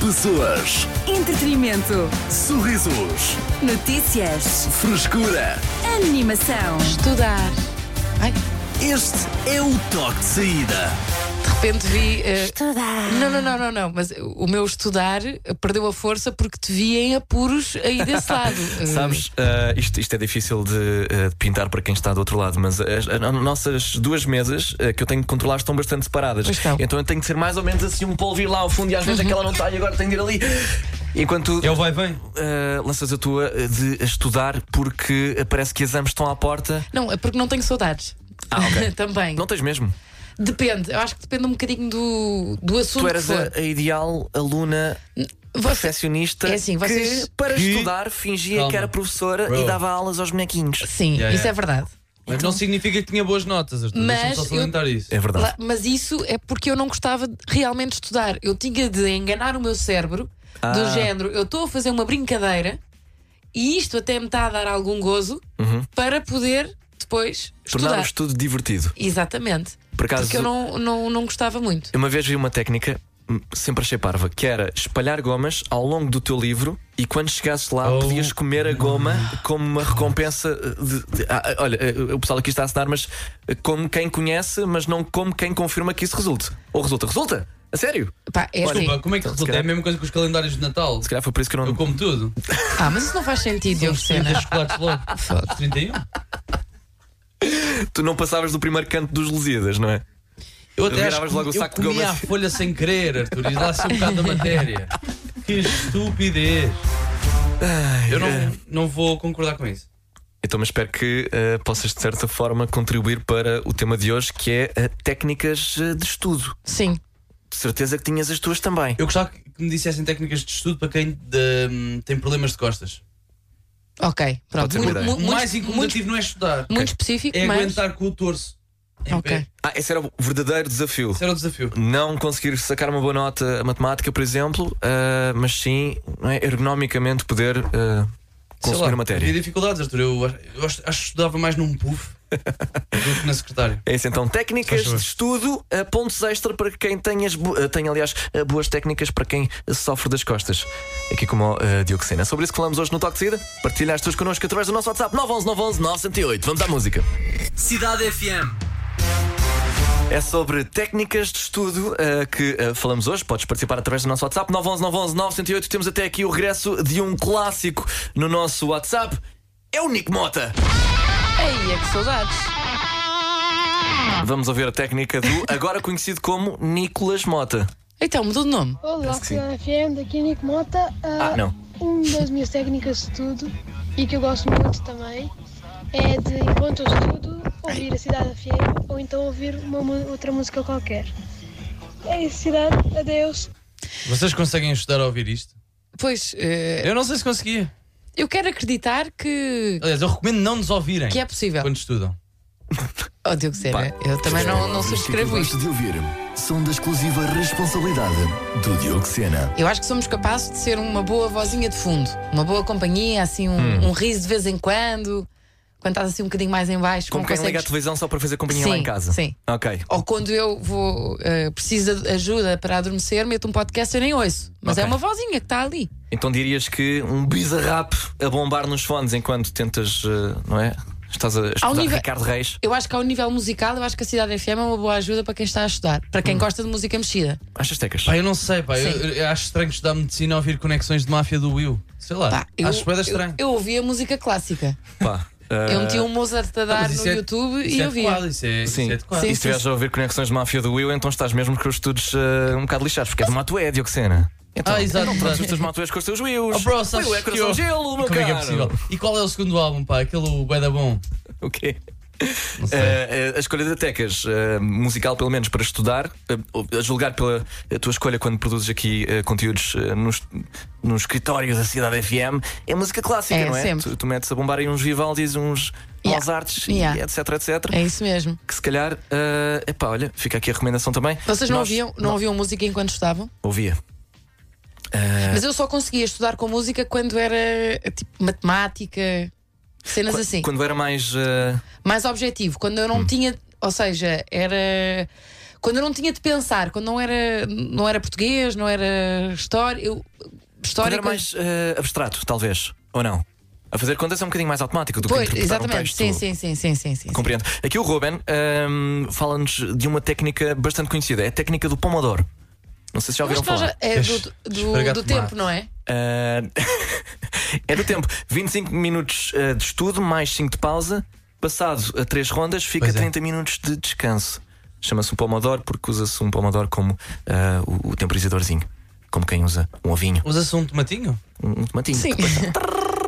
Pessoas, Entretenimento. sorrisos, Notícias. frescura. Animação. Estudar. Ai, Este é o toque de saída. de repente vi. eh, Estudar. Não, não, não, não, não, mas o meu estudar perdeu a força porque te vi em apuros aí desse lado. Eh, Sabes, ah, isto, isto é difícil de, ah, de pintar para quem está do outro lado, mas as, as nossas duas mesas ah, que eu tenho que controlar estão bastante separadas. Pois estão. Uhum. Então eu tenho que ser mais ou menos assim um polvo ir lá ao fundo e às vezes aquela não está e agora tenho de ir ali. Enquanto tu Ele vai bem. ah, lanças a tua ah, de estudar porque ah, parece que exames estão à porta. Não, é porque não tenho saudades. Ah, ok. Também. Não tens mesmo. Depende, eu acho que depende um bocadinho do, do assunto. Tu eras que a, for. a ideal aluna Você- perfeccionista É assim, vocês- que, para Que- estudar, fingia Calma. que era professora e Bro. dava aulas aos bonequinhos. Sim, Yeah, isso yeah. é verdade. Mas não significa que tinha boas notas, Arthur. Mas Deixa-me só eu- salientar isso. É verdade. Lá- Mas isso é porque eu não gostava de realmente estudar. Eu tinha de enganar o meu cérebro Ah. do género, eu estou a fazer uma brincadeira e isto até me está a dar algum gozo Uhum. para poder depois Tornar o estudar. estudo divertido. Exatamente. Por acaso- Porque eu não, não, não gostava muito. Eu uma vez vi uma técnica, hum, sempre achei parva, que era espalhar gomas ao longo do teu livro e quando chegasses lá Oh. podias comer a goma como uma recompensa. De, de- ah, ah, olha, eh, o pessoal aqui está a assinar, mas eh, como quem conhece, mas não como quem confirma que isso resulte. Ou resulta, resulta? A sério? Pá, é assim. Desculpa, como é que Então, se resulta? É calhar- a mesma coisa que os calendários de Natal. Se calhar foi por isso que eu não. Eu como tudo. Ah, mas isso não faz sentido, Diogo Sena. 30 chocolates logo. 31? Tu não passavas do primeiro canto dos Lusíadas, não é? Eu Viravas que logo o eu saco de comia gomas. a folha sem querer, Arthur. E lá se um bocado da matéria. Que estupidez. Eu não, Eh, É. não vou concordar com isso. Então, mas espero que eh, possas, de certa forma, contribuir para o tema de hoje, que é eh, técnicas eh, de estudo. Sim. De certeza que tinhas as tuas também. Eu gostava que que me dissessem técnicas de estudo para quem de- tem problemas de costas. Ok, Pode ser pronto. uma Muito, ideia. O muito- mais muito- incomodativo não é estudar. muito específico, É mas. aguentar com o torso. Em Ok. pé. Ah, esse era o verdadeiro desafio. Esse era o desafio. Não conseguir sacar uma boa nota a matemática, por exemplo, ah, mas sim não é, ergonomicamente poder ah, Sei consumir lá, a matéria. Havia dificuldades, Arthur. Eu, acho- eu acho, acho que estudava mais num puff do que na secretária. É isso então, técnicas Faz de favor. estudo, ah, pontos extra para quem tem, as bo- ah, tem aliás, ah, boas técnicas para quem sofre das costas. Aqui como a Dioxina. Sobre isso que falamos hoje no Toque de Saída, partilha as tuas connosco através do nosso WhatsApp 911 911 908. Vamos à música. Cidade FM. É sobre técnicas de estudo uh, que uh, falamos hoje. Podes participar através do nosso WhatsApp 911 911 908. Temos até aqui o regresso de um clássico no nosso WhatsApp. É o Nick Mota. Ei, é que saudades. Vamos ouvir a técnica do agora conhecido como Nicolas Mota. Então, mudou de nome. Olá, que sim. Cidade FM, daqui é Nico Mota. Ah, não. Uma das minhas técnicas de estudo e que eu gosto muito também é de, enquanto eu estudo, ouvir a Cidade FM ou então ouvir uma mu- outra música qualquer. É isso, Cidade. Adeus. Vocês conseguem estudar a ouvir isto? Pois, eh, Eu não sei se conseguia. eu quero acreditar que, Aliás, eu recomendo não nos ouvirem que é possível. quando estudam. Oh, Diogo Sena, eu também não, não subscrevo isto. de ouvir são da exclusiva responsabilidade do Diogo Sena. Eu acho que somos capazes de ser uma boa vozinha de fundo, uma boa companhia, assim, um, um riso de vez em quando, quando estás assim um bocadinho mais em baixo. Como não quem liga a consegues- televisão só para fazer companhia lá Sim, em casa. sim. Ok. Ou quando eu vou eh, preciso de ajuda para adormecer, meto um podcast e eu nem ouço. Mas é Ok. uma vozinha que está ali. Então dirias que um bizarrap a bombar nos fones enquanto tentas, uh, não é? Estás a estudar nível- Ricardo Reis. Eu acho que ao nível musical, eu acho que a Cidade FM é uma boa ajuda para quem está a estudar, para Hum. quem gosta de música mexida. Achas tecas? Pá, eu não sei, pá. Eu, Sim. eu acho estranho estudar medicina a ouvir conexões de máfia do Will. Sei lá. Pá, eu, acho bem eu, estranho. Ah. eu ouvia música clássica. Pá, uh, Eu meti um Mozart a Mas dar isso no é- YouTube isso e é eu via. adequado, Isso é, isso Sim. é adequado. Sim, E se sim. estiveres a ouvir conexões de máfia do Will, então estás mesmo com os estudos eh, um bocado lixados, porque é de Matué, Diocena. Então, Ah, exato, Não trazes exato. os teus Matués com os teus Wills. Oh, bro, sabes Will é que coração eu- de gelo, meu Como é que é possível? caro. E qual é o segundo álbum, pá? Aquele bué da bom. O quê? Não sei. Eh, eh, a escolha de tecas, eh, musical pelo menos para estudar, eh, ou a julgar pela eh, tua escolha quando produzes aqui eh, conteúdos eh, nos, nos escritórios da Cidade FM, é música clássica, É, não é? sempre. Tu, tu metes a bombar aí uns Vivaldis, uns Yeah. Mozarts, Yeah. e etc, etc. É isso mesmo. Que se calhar, eh, epá, olha, fica aqui a recomendação também. Vocês não, Nós- ouviam, não ouviam música enquanto estudavam? Ouvia. É. Eh, Mas eu só conseguia estudar com música quando era tipo matemática, cenas Qua- assim. Quando era mais. eh, Mais objetivo, quando eu não tinha, ou seja, era Quando eu não tinha de pensar, quando não era, não era português, não era história, eu. Quando História era mais eh, abstrato, talvez, ou não? A fazer contas é um bocadinho mais automático do que Pois, interpretar exatamente. um texto. sim, sim, sim, sim, sim, sim. sim. Compreendo. Aqui o Ruben hum, fala-nos de uma técnica bastante conhecida. É a técnica do Pomodoro. Não sei se já Mas ouviram nós falar. já- é do, do, Esfregar do tomate. tempo, não é? Ah, é do tempo. 25 minutos ah, de estudo, mais 5 de pausa. Passado a 3 rondas, fica Pois é. 30 minutos de descanso. Chama-se um Pomodoro porque usa-se um Pomodoro como ah, o, o temporizadorzinho. Como quem usa um ovinho, Usa-se um tomatinho? um, um tomatinho. Sim.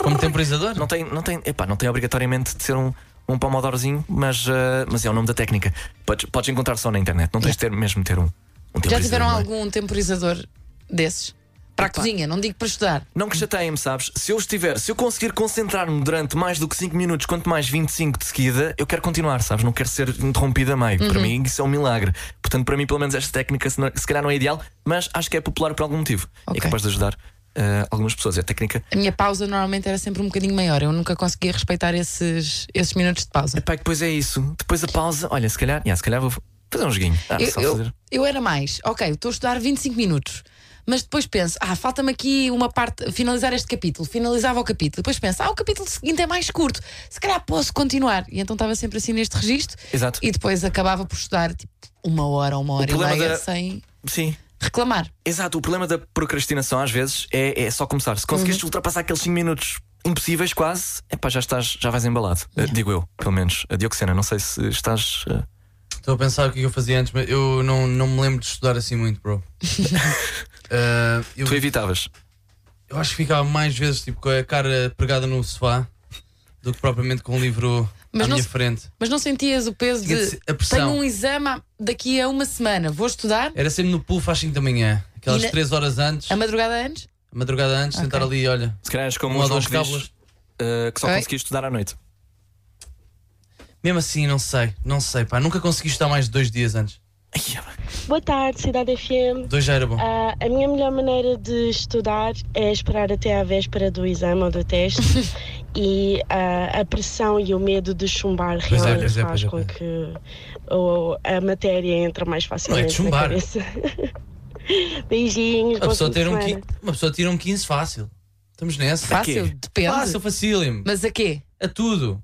Como temporizador? Não tem, não tem, epá, não tem obrigatoriamente de ser um, um pomodorzinho, mas, ah, mas é o nome da técnica. Podes, podes encontrar só na internet, não tens de ter, mesmo ter um, um Já temporizador, tiveram não é? algum temporizador desses? Para a cozinha, não digo para estudar. Não que chateiem-me, sabes? Se eu estiver, se eu conseguir concentrar-me durante mais do que 5 minutos, quanto mais 25 de seguida, eu quero continuar, sabes? Não quero ser interrompido a meio. Para Uhum. mim, isso é um milagre. Portanto, para mim, pelo menos, esta técnica, se, não- se calhar, não é ideal, mas acho que é popular por algum motivo. Ok. É capaz de ajudar ah, algumas pessoas. É a técnica. A minha pausa normalmente era sempre um bocadinho maior. Eu nunca conseguia respeitar esses, esses minutos de pausa. Epá, que depois é isso. Depois a pausa. Olha, se calhar, yeah, se calhar vou fazer um joguinho. Ah, Eu, só eu, fazer. eu era mais, ok, estou a estudar 25 minutos, mas depois penso, ah, falta-me aqui uma parte, finalizar este capítulo, finalizava o capítulo, depois penso, ah, o capítulo seguinte é mais curto, se calhar posso continuar. E então estava sempre assim neste registro Exato. e depois acabava por estudar tipo uma hora, uma hora e problema meia da- sem Sim. reclamar. Exato, o problema da procrastinação às vezes é, é só começar. Se conseguiste ultrapassar aqueles 5 minutos impossíveis, quase, epá, já estás, já vais embalado. Eh, digo eu, pelo menos. A Dioxena, não sei se estás. eh, Estou a pensar o que é que eu fazia antes, mas eu não, não me lembro de estudar assim muito, bro. Ah, eu, tu evitavas. eu acho que ficava mais vezes tipo, com a cara pregada no sofá do que propriamente com um livro Mas à não minha se- frente. Mas não sentias o peso Tinha de de ser a pressão. tenho um exame há- daqui a uma semana, vou estudar Era sempre no puff às 5 da manhã, aquelas E na- 3 horas antes, a madrugada antes? a madrugada antes, Ok. sentar ali, olha, Se calhar és como um os João ou duas que diz, cábulas. eh, que só Oi? conseguiste estudar à noite. Mesmo assim, não sei, não sei, pá, nunca consegui estudar mais de dois dias antes. Ai, é bem. Boa tarde, Cidade FM. Dois já era bom. Ah, a minha melhor maneira de estudar é esperar até à véspera do exame ou do teste e ah, a pressão e o medo de é, chumbar realmente pois é, pois faz é, pois com que ou, a matéria entre mais facilmente é chumbar. na cabeça. Beijinhos, A bom pessoa, fim de ter um semana. qui- uma pessoa tira um 15 fácil. Estamos nessa. Fácil, quê? depende. Fácil, facílimo. Mas a quê? A tudo.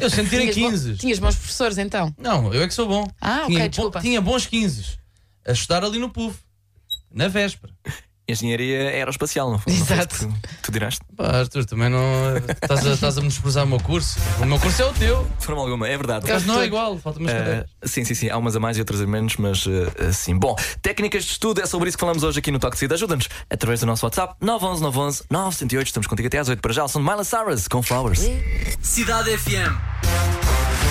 Eu sempre tirei Tinhas bo- 15. Tinhas bons professores então. Não, eu é que sou bom. Ah, ok, tinha, bo- desculpa. tinha bons 15 a estudar ali no puff, na véspera. Engenharia aeroespacial, não foi? Não foi Exato. isso que Tu, tu dirás? Pá, Arthur, também não. Estás a, estás a menosprezar o meu curso. O meu curso é o teu. De forma alguma, é verdade. Mas não é igual, falta umas Eh, cadeiras. sim, sim, sim. Há umas a mais e outras a menos, mas eh, assim. Bom, técnicas de estudo, é sobre isso que falamos hoje aqui no Toque de Saída. Ajuda-nos através do nosso WhatsApp 911 911 908. Estamos contigo até às 8 para já. O som de Miley Cyrus com Flowers. Cidade FM.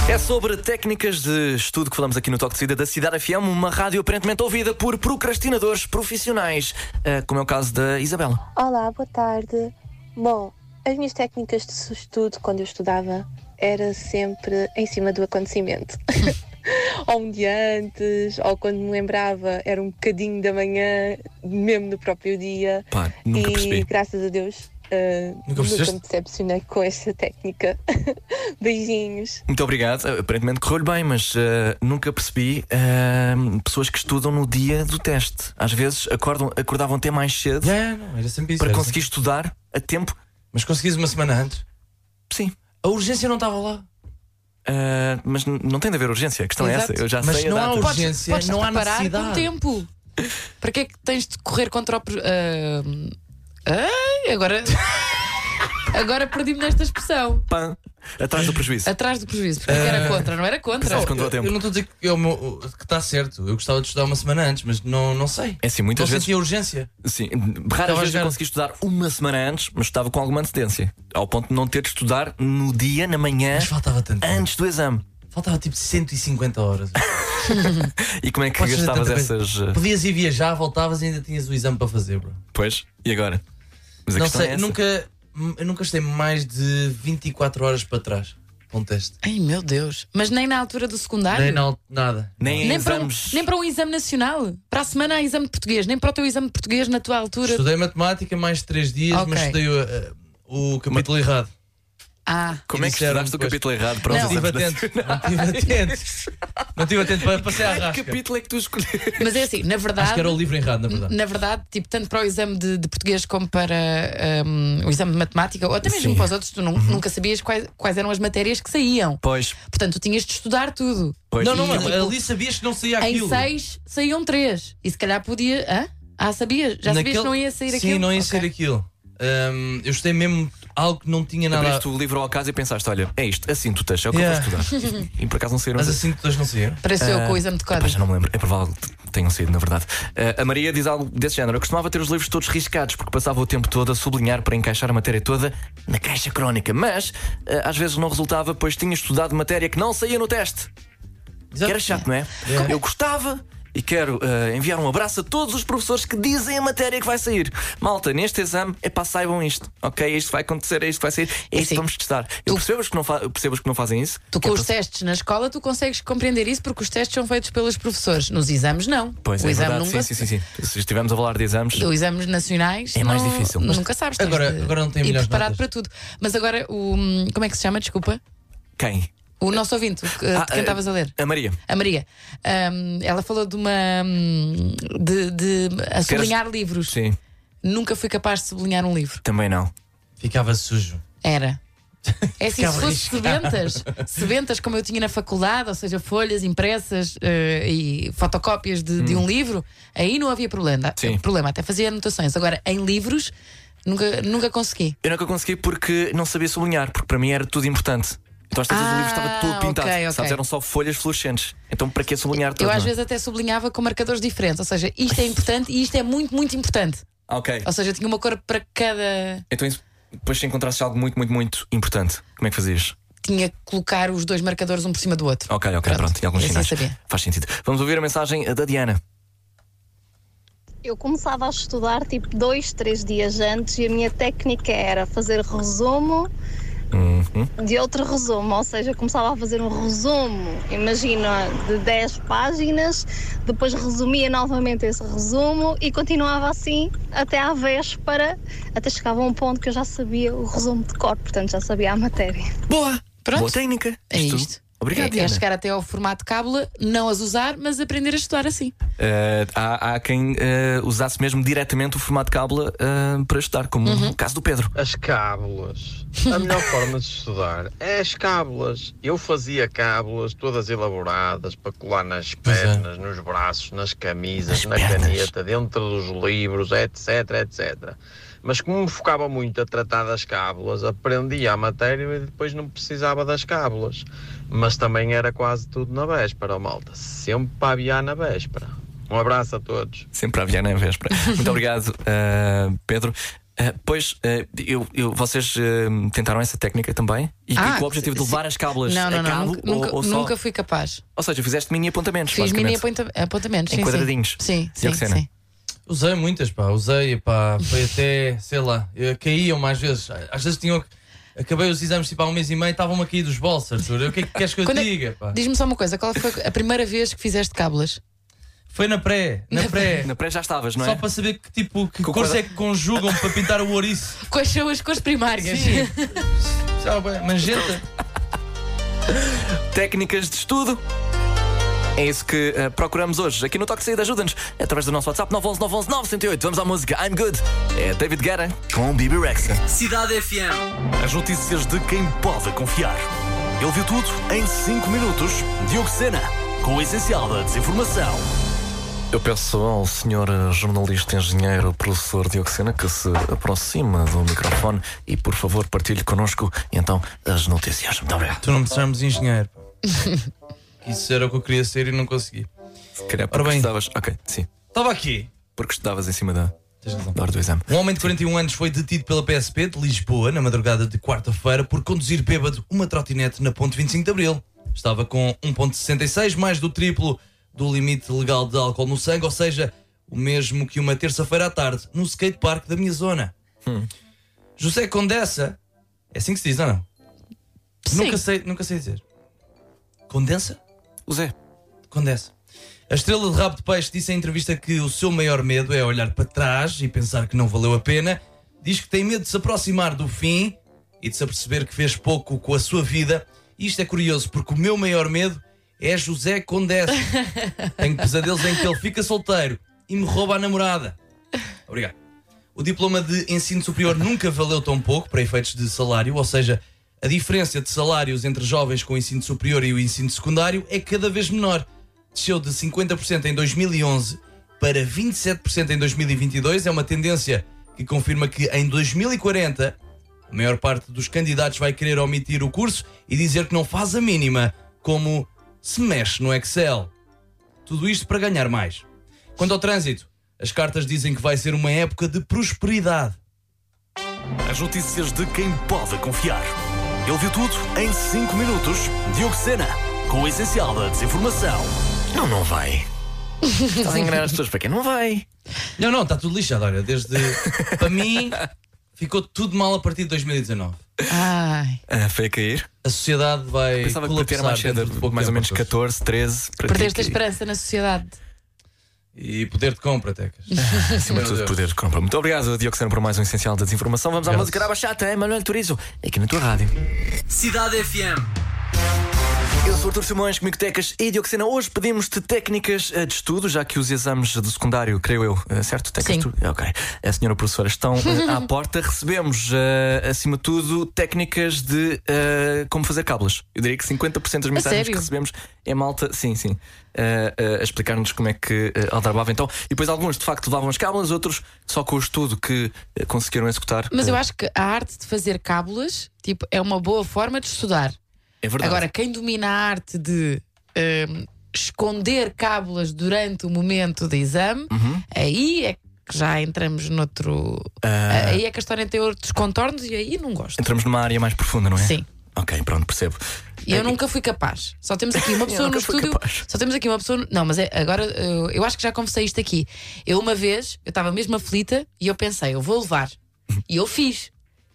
É sobre técnicas de estudo que falamos aqui no Toque de Saída da Cidade FM, uma rádio aparentemente ouvida por procrastinadores profissionais, eh, como é o caso da Isabela. Olá, boa tarde. Bom, as minhas técnicas de estudo quando eu estudava era sempre em cima do acontecimento. ou um dia antes, ou quando me lembrava, era um bocadinho da manhã, mesmo no próprio dia. Pá, nunca e percebi. graças a Deus, ah, Nunca nunca percebeste? me decepcionei com esta técnica. Beijinhos. Muito obrigado. Eh, Aparentemente correu-lhe bem, mas eh, nunca percebi eh, pessoas que estudam no dia do teste. Às vezes acordam, acordavam até mais cedo. Yeah, yeah, É, não, era sempre isso. para era conseguir estudar a tempo? sempre- Mas conseguis uma semana antes. Sim. A urgência não estava lá. Ah, mas n- não tem de haver urgência, a questão Exato. é essa. Eu já Mas sei não a há data. urgência. podes não há preparar com necessidade. tempo. Para que é que tens de correr contra o. pre- ah, ai, agora. Agora perdi-me nesta expressão. Pá, atrás do prejuízo. Atrás do prejuízo. Porque Ah. era contra, não era contra. Precisas contra o Eu tempo. não estou a dizer que, é o meu- que está certo. Eu gostava de estudar uma semana antes, mas não, não sei. É assim, muitas não Então, vezes. sentia urgência. Sim, raras Estava a vezes eu jogar. consegui estudar uma semana antes, mas estava com alguma antecedência. Ao ponto de não ter de estudar no dia, na manhã, Mas faltava tanto. É. antes do exame. Faltava tipo 150 horas. E como é que Podes fazer gastavas tanta coisa. essas. ah, Podias ir viajar, voltavas e ainda tinhas o exame para fazer, bro. Pois, e agora? Mas a não questão sei, é essa. nunca, eu nunca estei mais de 24 horas para trás. Com um teste. Ai meu Deus. Mas nem na altura do secundário. Nem não, nada. Nem, em Nem para, um, exames. nem para um exame nacional. Para a semana há exame de português. Nem para o teu exame de português na tua altura. Estudei matemática mais de 3 dias, Ok. mas estudei uh, uh, o capítulo errado. Ah, Como E é que disseram estudaste o depois- capítulo errado para os Não estive exames da- atento. Não estive atento. Não estive atento para passar a Que rasca. capítulo é que tu escolheste? mas é assim, na verdade. Acho que era o livro errado, na verdade. Na verdade, tipo, tanto para o exame de, de português como para hum, o exame de matemática, ou até mesmo Sim. para os outros, tu nun- nunca sabias quais, quais eram as matérias que saíam. Pois, Portanto, tu tinhas de estudar tudo. pois. Não, não, E, tipo, ali sabias que não saía Em aquilo. seis saíam três. E se calhar podia. Hã? Ah, sabias? Já sabias Naquele- que não ia sair Sim, aquilo? não ia Ok. sair aquilo. Hum, eu estudei mesmo algo que não tinha nada. Abriste o livro ao acaso e pensaste: olha, é isto, assim tu tens, é o que Yeah. eu vou estudar. E, e por acaso não saíram Mas as- assim todas não saíram. Pareceu com o exame de Pá, código. já não me lembro, é provável que tenham sido, na verdade. Eh, a Maria diz algo desse género. Eu costumava ter os livros todos riscados, porque passava o tempo todo a sublinhar para encaixar a matéria toda na caixa crónica. Mas eh, às vezes não resultava, pois tinha estudado matéria que não saía no teste. Que era chato, não é? Yeah. Eu gostava. E quero eh, enviar um abraço a todos os professores que dizem a matéria que vai sair. Malta, neste exame, é pá, saibam isto. Ok, isto vai acontecer, é isto que vai sair, é isto Assim, que vamos testar. Eu tu- percebo os que, não fa- eu percebo os que não fazem isso. Tu que com é os para- testes na escola tu consegues compreender isso porque os testes são feitos pelos professores. Nos exames não. Pois o é, exame verdade. nunca. Sim, sim, sim, sim. Se estivermos a falar de exames. Os exames nacionais É mais não- difícil. Nunca sabes. tens Agora- de agora não tem ir melhores preparado notas. para tudo. Mas agora o como é que se chama? Desculpa. Quem? O nosso ouvinte, o que, Ah, de quem eh, estavas a ler. A Maria. A Maria, Ahm, ela falou de uma. hum, de, de a sublinhar livros. Sim, Nunca fui capaz de sublinhar um livro. também não. Ficava sujo. Era. É assim, se Ficava fosse sebentas, sebentas como eu tinha na faculdade, ou seja, folhas impressas eh, e fotocópias de, de um livro, aí não havia problema. Hum. Sim. problema. Até fazia anotações. Agora, em livros, nunca, nunca consegui. Eu nunca consegui porque não sabia sublinhar, porque para mim era tudo importante. Então às vezes o Ah, livro estava todo pintado. ok, ok. Sabes, eram só folhas fluorescentes. Então para que sublinhar tudo? Eu não é? às vezes até sublinhava com marcadores diferentes, ou seja, isto é importante e isto é muito, muito importante. Ah, Ok. Ou seja, tinha uma cor para cada. Então isso- depois se encontrasses algo muito, muito, muito importante, como é que fazias? tinha que colocar os dois marcadores um por cima do outro. Ok, ok, pronto, Pronto, tinha alguns assim sinais. sabia. Faz sentido. Vamos ouvir a mensagem eh, da Diana. Eu começava a estudar tipo dois, três dias antes e a minha técnica era fazer resumo de outro resumo, ou seja, começava a fazer um resumo, imagina, de 10 páginas, depois resumia novamente esse resumo e continuava assim até à véspera, até chegava a um ponto que eu já sabia o resumo de cor, portanto já sabia a matéria. Boa! Pronto. Oh. Boa técnica. É Isto- isto. Obrigado, é, é Diana. chegar até ao formato cábula, não as usar, mas aprender a estudar assim. Eh, há, há quem eh, usasse mesmo diretamente o formato de cábula eh, para estudar, como Uhum. o caso do Pedro. As cábulas. A melhor forma de estudar é as cábulas. Eu fazia cábulas todas elaboradas para colar nas Pois é. pernas, nos braços, nas camisas, Nas na pernas. caneta, dentro dos livros, etc, etc. Mas como me focava muito a tratar das cábulas, aprendia a matéria e depois não precisava das cábulas. Mas também era quase tudo na véspera, ó malta. Sempre para aviar na véspera. Um abraço a todos. Sempre a Viana em véspera. Muito obrigado, eh, Pedro. Eh, pois, eh, eu, eu- vocês eh, tentaram essa técnica também? E, e Ah, com o objetivo de sim. levar as cábulas Não, não, a não. cabo? Nunca, nunca, ou, ou só- nunca fui capaz. ou seja, fizeste mini apontamentos, Fiz mini basicamente. aponta- apontamentos. Em sim, sim. quadradinhos. Sim, sim, sim. Dioxena. Usei muitas, pá, usei, pá, foi até, sei lá, eu- caíam mais vezes. Às vezes tinham. Acabei os exames tipo há um mês e meio, estavam-me a cair dos bolsos, Arthur. O que é que queres que eu Quando é- diga, pá? Diz-me só uma coisa, qual foi a primeira vez que fizeste cábulas? Foi na pré, na pré. Na pré já estavas, não é? Só para saber que tipo, que Com cores quadra- é que conjugam para pintar o ouriço. é Quais são as cores primárias? Sim. Sabe, Mangenta. Técnicas de estudo. É isso que eh, procuramos hoje aqui no Toque de Saída. Ajuda-nos através do nosso WhatsApp 911 911 908. Vamos à música I'm Good. É David Guerra com Bibi Rexa. Cidade FM. As notícias de quem pode confiar. Ele viu tudo em 5 minutos. Diogo Sena, com o essencial da desinformação. Eu peço ao senhor eh, jornalista, engenheiro, professor Dioxena que se aproxima do microfone e, por favor, partilhe connosco então as notícias. Muito obrigado. Tu não me chamas engenheiro, pá. Isso era o que eu queria ser e não consegui. Se calhar Ora porque bem. estudavas. Ok, sim. Estava aqui. Porque estudavas em cima da, Tens razão. da hora do exame. Um homem de 41 anos foi detido pela PSP de Lisboa na madrugada de quarta-feira por conduzir bêbado uma trotinete na Ponte 25 de Abril. Estava com 1,66, mais do triplo do limite legal de álcool no sangue, ou seja, o mesmo que uma terça-feira à tarde no skatepark da minha zona. José Condessa, é assim que se diz, ou não? Sim. Nunca sei, nunca sei dizer. Condensa? O Zé. Acontece. é A estrela de rabo de peixe disse em entrevista que o seu maior medo é olhar para trás e pensar que não valeu a pena. Diz que tem medo de se aproximar do fim e de se aperceber que fez pouco com a sua vida. E isto é curioso, porque o meu maior medo é José Condessa. Tenho pesadelos em que ele fica solteiro e me rouba a namorada. Obrigado. O diploma de ensino superior nunca valeu tão pouco para efeitos de salário, ou seja, a diferença de salários entre jovens com ensino superior e o ensino secundário é cada vez menor. Desceu de 50% em 2011 para 27% em 2022. É uma tendência que confirma que em 2040 a maior parte dos candidatos vai querer omitir o curso e dizer que não faz a mínima, como se mexe no Excel. Tudo isto para ganhar mais. Quanto ao trânsito, as cartas dizem que vai ser uma época de prosperidade. As notícias de quem pode confiar. Ele viu tudo em 5 minutos. Diogo Sena, com o essencial da desinformação. Não, não vai. Estás a enganar as pessoas para quem não vai. Não, não, está tudo lixado. Olha, desde. para mim, ficou tudo mal a partir de 2019. Ai. Ah, foi a cair. A sociedade vai. Pensava que ter colapsar mais cedo, dentro de pouco mais ou tempo, menos Afonso. 14, 13. para ti Perdeste a que- esperança na sociedade. E poder de compra, Tecas. Acima de Meu tudo, Deus. poder de compra. Muito obrigado, Diogo Sena, por mais um essencial da desinformação. Vamos à Obrigado. música da Bachata, hein? Manuel Turizo, aqui na tua rádio. Cidade FM. Eu sou Artur Simões, comigo Tecas e Diogo Sena. Hoje pedimos-te técnicas eh, de estudo, já que os exames do secundário, creio eu, eh, certo? Tecas, Sim. tu- eh, Ok. A senhora professora estão eh, à porta. Recebemos, eh, acima de tudo, técnicas de eh, como fazer cábulas. Eu diria que 50% das mensagens que sério? recebemos é malta, sim, sim, eh, eh, a explicar-nos como é que eh, aldrabava então. E depois alguns, de facto, levavam as cábulas, outros só com o estudo que eh, conseguiram executar. Mas Eh, eu acho que a arte de fazer cábulas tipo, é uma boa forma de estudar. É verdade. Agora, quem domina a arte de hum, esconder cábulas durante o momento do exame, Uhum. aí é que já entramos noutro. Ah. Aí é que a história tem outros contornos e aí não gosto. Entramos numa área mais profunda, não é? Sim. Ok, pronto, percebo. E eu nunca fui capaz. Só temos aqui uma Eu pessoa nunca no fui estúdio. capaz. Só temos aqui uma pessoa. no- Não, mas é, agora eu, eu acho que já confessei isto aqui. Eu uma vez, eu estava mesmo aflita e eu pensei, eu vou levar. E eu fiz.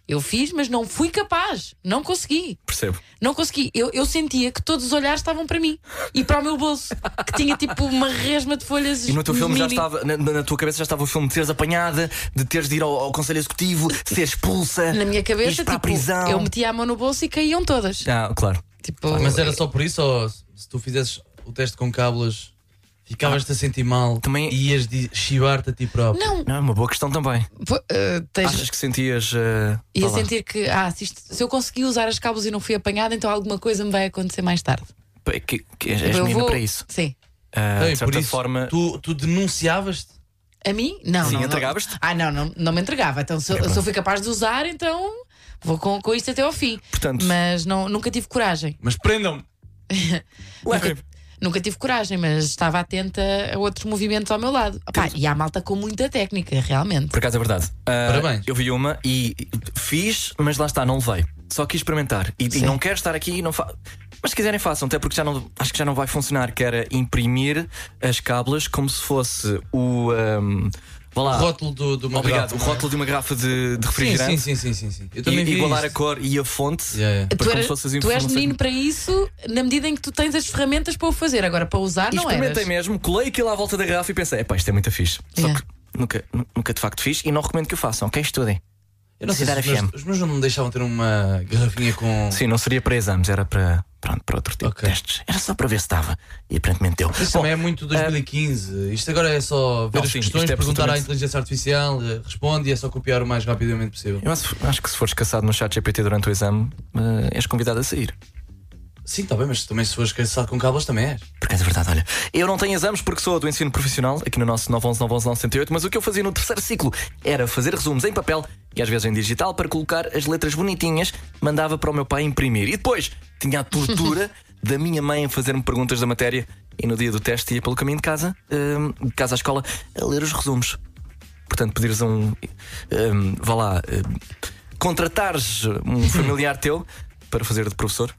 Eu fiz, mas não fui capaz. Não consegui. Percebo. Não consegui. Eu, eu sentia que todos os olhares estavam para mim e para o meu bolso, que tinha tipo uma resma de folhas. E no teu filme já mini. estava, na, na tua cabeça já estava o filme de seres apanhada, de teres de ir ao, ao conselho executivo, de seres expulsa. Na minha ires cabeça, para a tipo, prisão. eu metia a mão no bolso e caíam todas. Ah, claro. Tipo, Mas era só por isso, ou se tu fizesses o teste com cábulas, ficavas-te a sentir mal Também- e ias de- chibar-te a ti próprio? Não, Não, é uma boa questão também. pô, eh, tens, Achas que sentias. eh, Ia vá lá, sentir que, ah, se, isto- se eu consegui usar as cabos e não fui apanhada, então alguma coisa me vai acontecer mais tarde. pa- é Que, que és, és eu menina para isso. Sim. Ah, Então, e de por certa isso, forma. tu, tu denunciavas-te? A mim? Não. Sim, não, não. entregavas-te? É Ah, não, não, não me entregava. Então, se, eu- se eu fui capaz de usar, então vou com, com isto até ao fim. Portanto- Mas não, nunca tive coragem. Mas prendam-me! Levem-me. Nunca tive coragem, mas estava atenta a outros movimentos ao meu lado. Pá, e há malta com muita técnica, realmente. Por acaso é verdade. Ah, Parabéns. Eu vi uma e e fiz, mas lá está, não levei. Só quis experimentar. E, e Sim. não quero estar aqui e não fa... Mas se quiserem façam, até porque já não, acho que já não vai funcionar, que era imprimir as cábulas como se fosse o. ahm, vá lá. Rótulo do, do Obrigado, o rótulo de uma garrafa de, de Sim, refrigerante. sim, sim, sim, sim, sim. Eu E, também vi igualar a isto. cor e a fonte. Yeah, yeah. Depois Tu, como eras- se assim, fossem as tu és informações- menino para isso na medida em que tu tens as ferramentas para o fazer. Agora, para usar, E Ah, não experimentei eras. mesmo, colei aquilo à volta da garrafa e pensei, epá, isto é muito fixe. Só Yeah. que nunca, nu- nunca de facto fiz e não recomendo que o façam, ok? Estudem. Eu não sei se Cidade os meus, FM. os meus não me deixavam ter uma garrafinha com. Sim, não seria para exames, era para, pronto, para outro tipo Ok. de testes. Era só para ver se estava. E aparentemente deu. Isso Bom, eh, também é muito 2015. Isto agora é só ver Não, as sim, questões, isto é perguntar à absolutamente- inteligência artificial, eh, responde e é só copiar o mais rapidamente possível. eu acho, acho que se fores caçado no chat GPT durante o exame, eh, és convidado a sair. Sim, está bem, mas também se fores caçado com cábulas também és. Por acaso é verdade, olha. Eu não tenho exames porque sou do ensino profissional, aqui no nosso 911-911-908, mas o que eu fazia no terceiro ciclo era fazer resumos em papel e às vezes em digital para colocar as letras bonitinhas, mandava para o meu pai imprimir. E depois tinha a tortura da minha mãe a fazer-me perguntas da matéria e no dia do teste ia pelo caminho de casa, hum, de casa à escola, a ler os resumos. Portanto, pedires a um. hum, vá lá. hum, contratares um familiar teu para fazer de professor.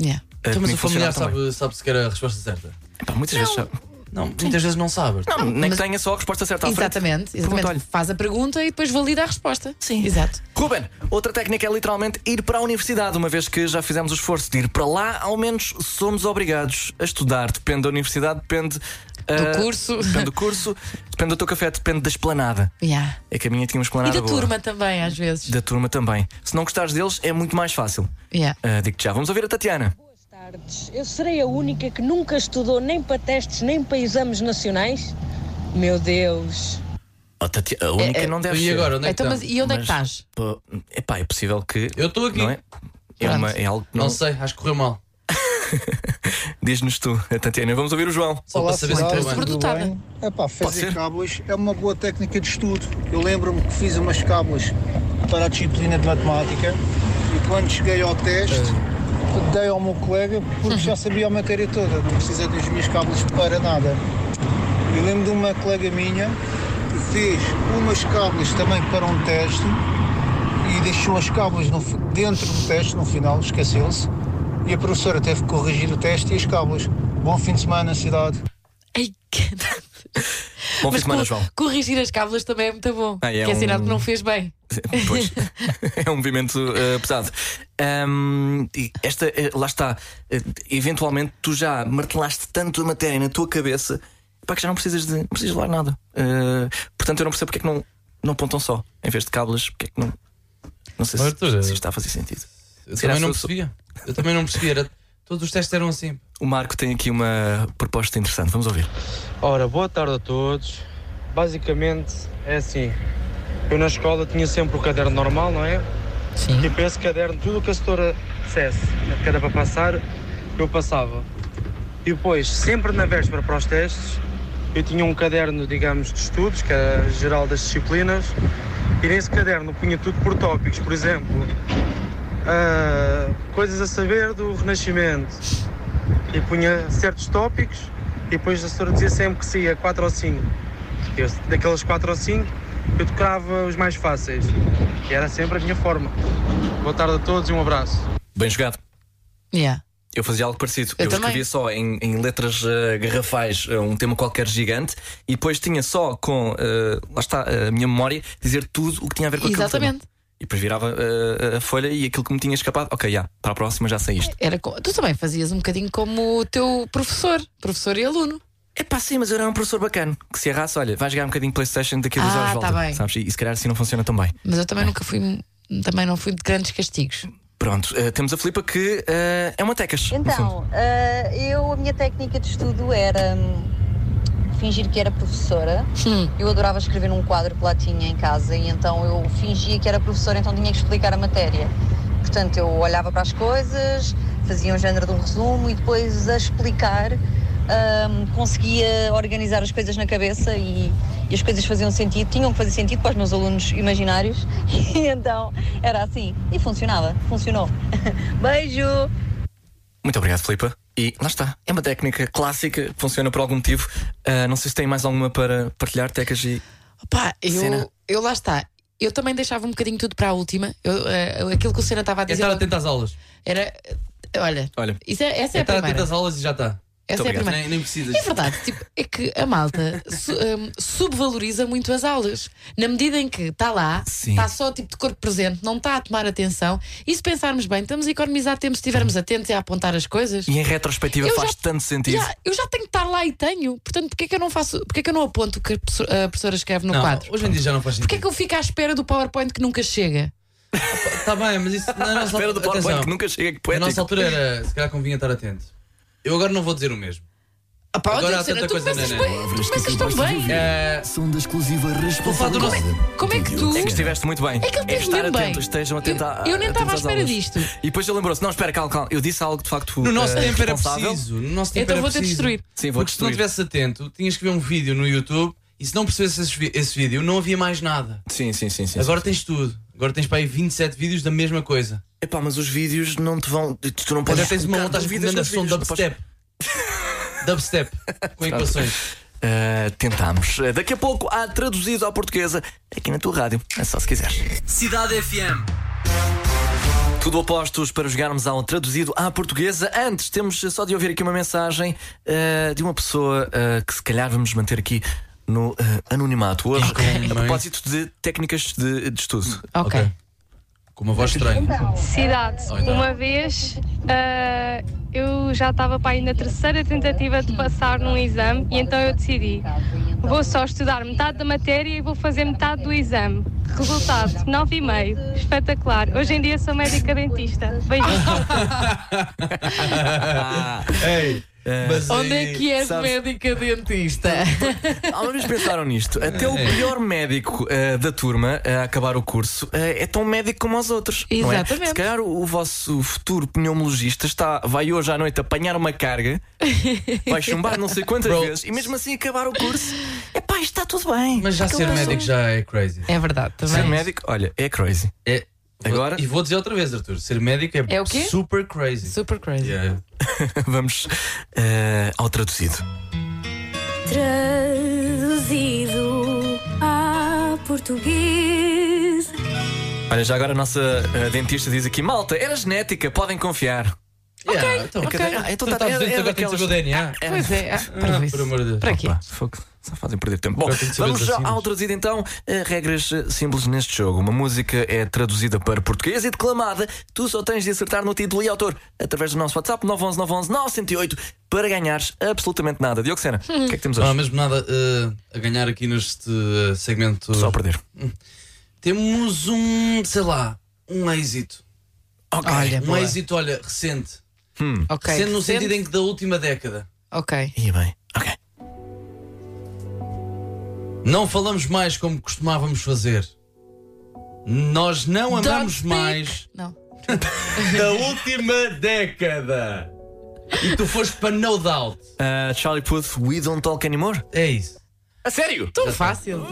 Yeah. eh, Então, mas comigo o familiar funcionava também. sabe, sabe sequer a resposta certa. Epá, muitas vezes sabe. Não, muitas vezes não sabes. Não, Ah, nem mas- que tenha só a resposta certa à frente. Exatamente, Pergunta-lhe. exatamente. Faz a Tá pergunta e depois valida a resposta. Sim. Exato. Ruben, outra técnica é literalmente ir para a universidade, uma vez que já fizemos o esforço de ir para lá, ao menos somos obrigados a estudar. Depende da universidade, depende ah, curso. Depende do curso, depende do teu café, depende da esplanada. Yeah. É que a minha tinha uma E esplanada da boa. turma também, às vezes. Da turma também. Se não gostares deles, é muito mais fácil. Yeah. Ah, Digo-te já. Vamos ouvir a Tatiana. Eu serei a única que nunca estudou nem para testes nem para exames nacionais? Meu Deus! Oh, Tati- a única É, é, não deve e ser. agora, onde é que tá? tá? Então, mas estamos? e onde é que estás? pô, Epá, é possível que. Eu estou aqui. Não é? É, Pronto. uma- é algo que Não sei, acho que correu mal. Diz-nos tu, a Tatiana. Vamos ouvir o João. É pá, Pode fazer ser? cábulas é uma boa técnica de estudo. Eu lembro-me que fiz umas cábulas para a disciplina de matemática e quando cheguei ao teste dei ao meu colega porque Uhum. já sabia a matéria toda, não precisei das minhas cábulas para nada. Eu lembro de uma colega minha que fez umas cábulas também para um teste e deixou as cábulas no fi- dentro do teste no final, esqueceu-se. E a professora teve que corrigir o teste e as cábulas. Bom fim de semana, cidade. Bom fim de semana, co- João. Corrigir as cábulas também é muito bom. Ah, é que é sinal um- que não fez bem. Pois. é um movimento eh, pesado. Ahm, e esta, eh, lá está. eh, eventualmente tu já martelaste tanto a matéria na tua cabeça pá, que já não precisas de, não precisas de lá nada. Eh, portanto, eu não percebo porque é que não, não apontam só. Em vez de cábulas, porque é que não. Não sei se, Arthur, se isto está a fazer sentido. Eu Se calhar também não sou- sou- percebia. Eu também não percebia. Era- Todos os testes eram assim. O Marco tem aqui uma proposta interessante. Vamos ouvir. Ora, boa tarde a todos. Basicamente é assim. Eu na escola tinha sempre o caderno normal, não é? Sim. Tipo esse caderno, tudo o que a setora dissesse, que era para passar, eu passava. E depois, sempre na véspera para os testes, eu tinha um caderno, digamos, de estudos, que era geral das disciplinas, e nesse caderno punha tudo por tópicos, por exemplo, ah, coisas a saber do Renascimento, e punha certos tópicos e depois a senhora dizia sempre que saía 4 ou 5. Eu, daqueles 4 ou 5, eu tocava os mais fáceis. E era sempre a minha forma. Boa tarde a todos e um abraço. Bem jogado. Yeah. Eu fazia algo parecido. Eu, Eu também. escrevia só em, em letras eh, garrafais eh, um tema qualquer gigante e depois tinha só com, eh, lá está, eh, a minha memória, dizer tudo o que tinha a ver com aquele tema. Exatamente. E depois virava eh, a folha e aquilo que me tinha escapado, ok, já, para a próxima já sei isto. Era co- Tu também fazias um bocadinho como o teu professor, professor e aluno. É pá, sim, mas eu era um professor bacana. Que se errasse, olha, vai jogar um bocadinho de PlayStation daqui a duas Ah, horas tá volta. bem. Sabes? E, e se calhar assim não funciona tão bem. Mas eu também nunca fui, também não fui de grandes castigos. Pronto, eh, temos a Filipa que eh, é uma tecas. no fundo. Então, ah, eu, a minha técnica de estudo era hum, fingir que era professora. Eu adorava escrever num quadro que lá tinha em casa e então eu fingia que era professora, então tinha que explicar a matéria. Portanto, eu olhava para as coisas, fazia um género de um resumo e depois a explicar hum, conseguia organizar as coisas na cabeça e, e as coisas faziam sentido, tinham que fazer sentido para os meus alunos imaginários. E então era assim. E funcionava, funcionou. Beijo! Muito obrigado, Filipa. E lá está. É uma técnica clássica, funciona por algum motivo. Ah, não sei se tem mais alguma para partilhar, Tecas e. Pá, Cena. eu, eu lá está. Eu também deixava um bocadinho tudo para a última. Eu, eh, aquilo que o Senna estava a É dizer Então estar atento às aulas. era. eh, Olha, Olha. isso é- essa é, a é estar atento primeira. às aulas e já está. Essa é a primeira. Nem, nem precisas. É verdade, tipo, é que a malta su- hum, subvaloriza muito as aulas. Na medida em que está lá, está só tipo de corpo presente, não está a tomar atenção. E se pensarmos bem, estamos a economizar tempo se estivermos atentos e a apontar as coisas. E em retrospectiva Eu faz já- tanto sentido. Já- eu já tenho que estar lá e tenho. Portanto, porquê que eu não faço, porquê que eu não aponto o que a perso- a professora escreve no Não, quadro? hoje em dia já não faz sentido. Porquê que eu fico à espera do PowerPoint que nunca chega? Está tá bem, mas isso na nossa Espera do PowerPoint atenção, que nunca chega, que Na poético. nossa altura era, se calhar convinha estar atento. Eu agora não vou dizer o mesmo. Ah, Pá, agora olha, Sena, tu começas na- bem, tu começas tão É. bem. São da exclusiva Eh, do responsabilidade. Como é que tu. É que estiveste muito bem. É que ele teve estar mesmo atento, bem. estejam atentos à- eu atentos nem estava à às espera aulas. disto. E depois ele lembrou-se: não, espera, calma, calma. Eu disse algo de facto. No nosso eh, tempo era responsável. preciso. No nosso tempo Então era vou-te preciso. destruir. Sim, vou Porque se não destruir. estivesse atento, tinhas que ver um vídeo no YouTube e se não percebesse esse, vi- esse vídeo, não havia mais nada. Sim, sim, sim. sim Agora tens tudo. Agora tens para aí 27 vídeos da mesma coisa. Epá, mas os vídeos não te vão. Tu não podes. Agora tens uma colocar montagem de dúvidas nos recomendação vídeos, não podes- Tá. dubstep. dubstep. Com Pronto. equações. Ah, tentámos. Ah, Daqui a pouco há traduzido à portuguesa aqui na tua rádio. É só se quiseres. Cidade FM. Tudo opostos para jogarmos ao traduzido à portuguesa. Antes, temos só de ouvir aqui uma mensagem eh, de uma pessoa eh, que se calhar vamos manter aqui no eh, anonimato hoje, a propósito de técnicas de, de estudo. Ok. Com uma voz estranha. Cidade. Ou então- Uma vez ah, eu já estava para aí na terceira tentativa de passar num exame e então eu decidi: vou só estudar metade da matéria e vou fazer metade do exame. Resultado: 9,5. Espetacular. Hoje em dia sou médica dentista. Beijinhos. Ei, mas Onde aí, é que és sabes- médica dentista? Alguma vez pensaram nisto? Até o pior médico eh, da turma a acabar o curso eh, é tão médico como os outros. não é? Exatamente. Se calhar o, o vosso futuro pneumologista está, vai hoje à noite apanhar uma carga, vai chumbar não sei quantas Bro. vezes e mesmo assim acabar o curso. Epá, está tudo bem. Mas já ser médico já é crazy. É verdade, também. Ser médico, olha, é crazy. É. Agora? E vou dizer outra vez, Arthur: ser médico é, É o quê? super crazy. Super crazy. Vamos eh, ao traduzido. Traduzido a português. Olha, já agora a nossa eh, dentista diz aqui: malta, era genética, podem confiar. Yeah, então, É que- ok. ah, então tá- Não estamos era- dentro, era agora tem que saber o DNA. Ah, era- Pois é, ah, para por amor de Deus. Para quê? Opa, fogo, só fazem perder tempo. Bom, Eu tenho que saber vamos as já vacinas. ao traduzido então. Eh, regras eh, simples neste jogo. Uma música é traduzida para português e declamada. Tu só tens de acertar no título e autor através do nosso WhatsApp 911 911 908 para ganhares absolutamente nada. Diogo Sena, o que é que temos hoje? Não há mesmo nada eh, a ganhar aqui neste eh, segmento. Só a perder. Temos um, sei lá, um êxito. Olha, um É boa. êxito, olha, recente. Ok, recente no recente. sentido em que da última década. Ok. E bem. Não falamos mais como costumávamos fazer. Nós não Don't amamos speak. mais Não. da última década. E tu foste para No Doubt. Eh, Charlie Puth, We Don't Talk Anymore? Então. É isso. A sério? Tão fácil.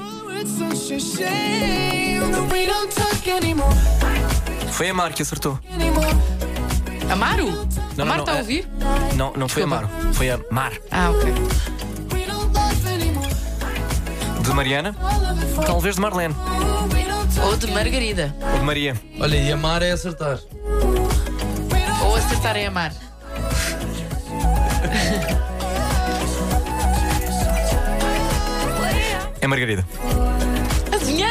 Foi a Mar que acertou. Amaro? Não, não, não, Amaro está tá a é- ouvir? Não, não foi a Mar. Foi a Mar Ah, ok. de Mariana, talvez de Marlene Ou de Margarida. ou de Maria. Olha, e amar é acertar. Ou acertar em amar. É Margarida. Adivinhei!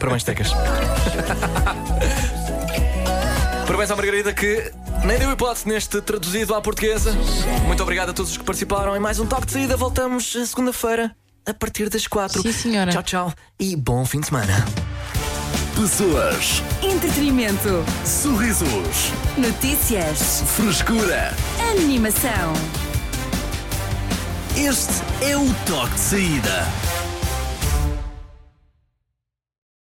Parabéns, Tecas. Parabéns à Margarida que nem deu hipótese neste traduzido à portuguesa. Muito obrigado a todos os que participaram em mais um toque de saída. Voltamos eh, segunda-feira a partir das quatro. Sim, senhora. Tchau, tchau e bom fim de semana. Pessoas, Entretenimento. sorrisos, Notícias. frescura. Animação. Este é o toque de saída.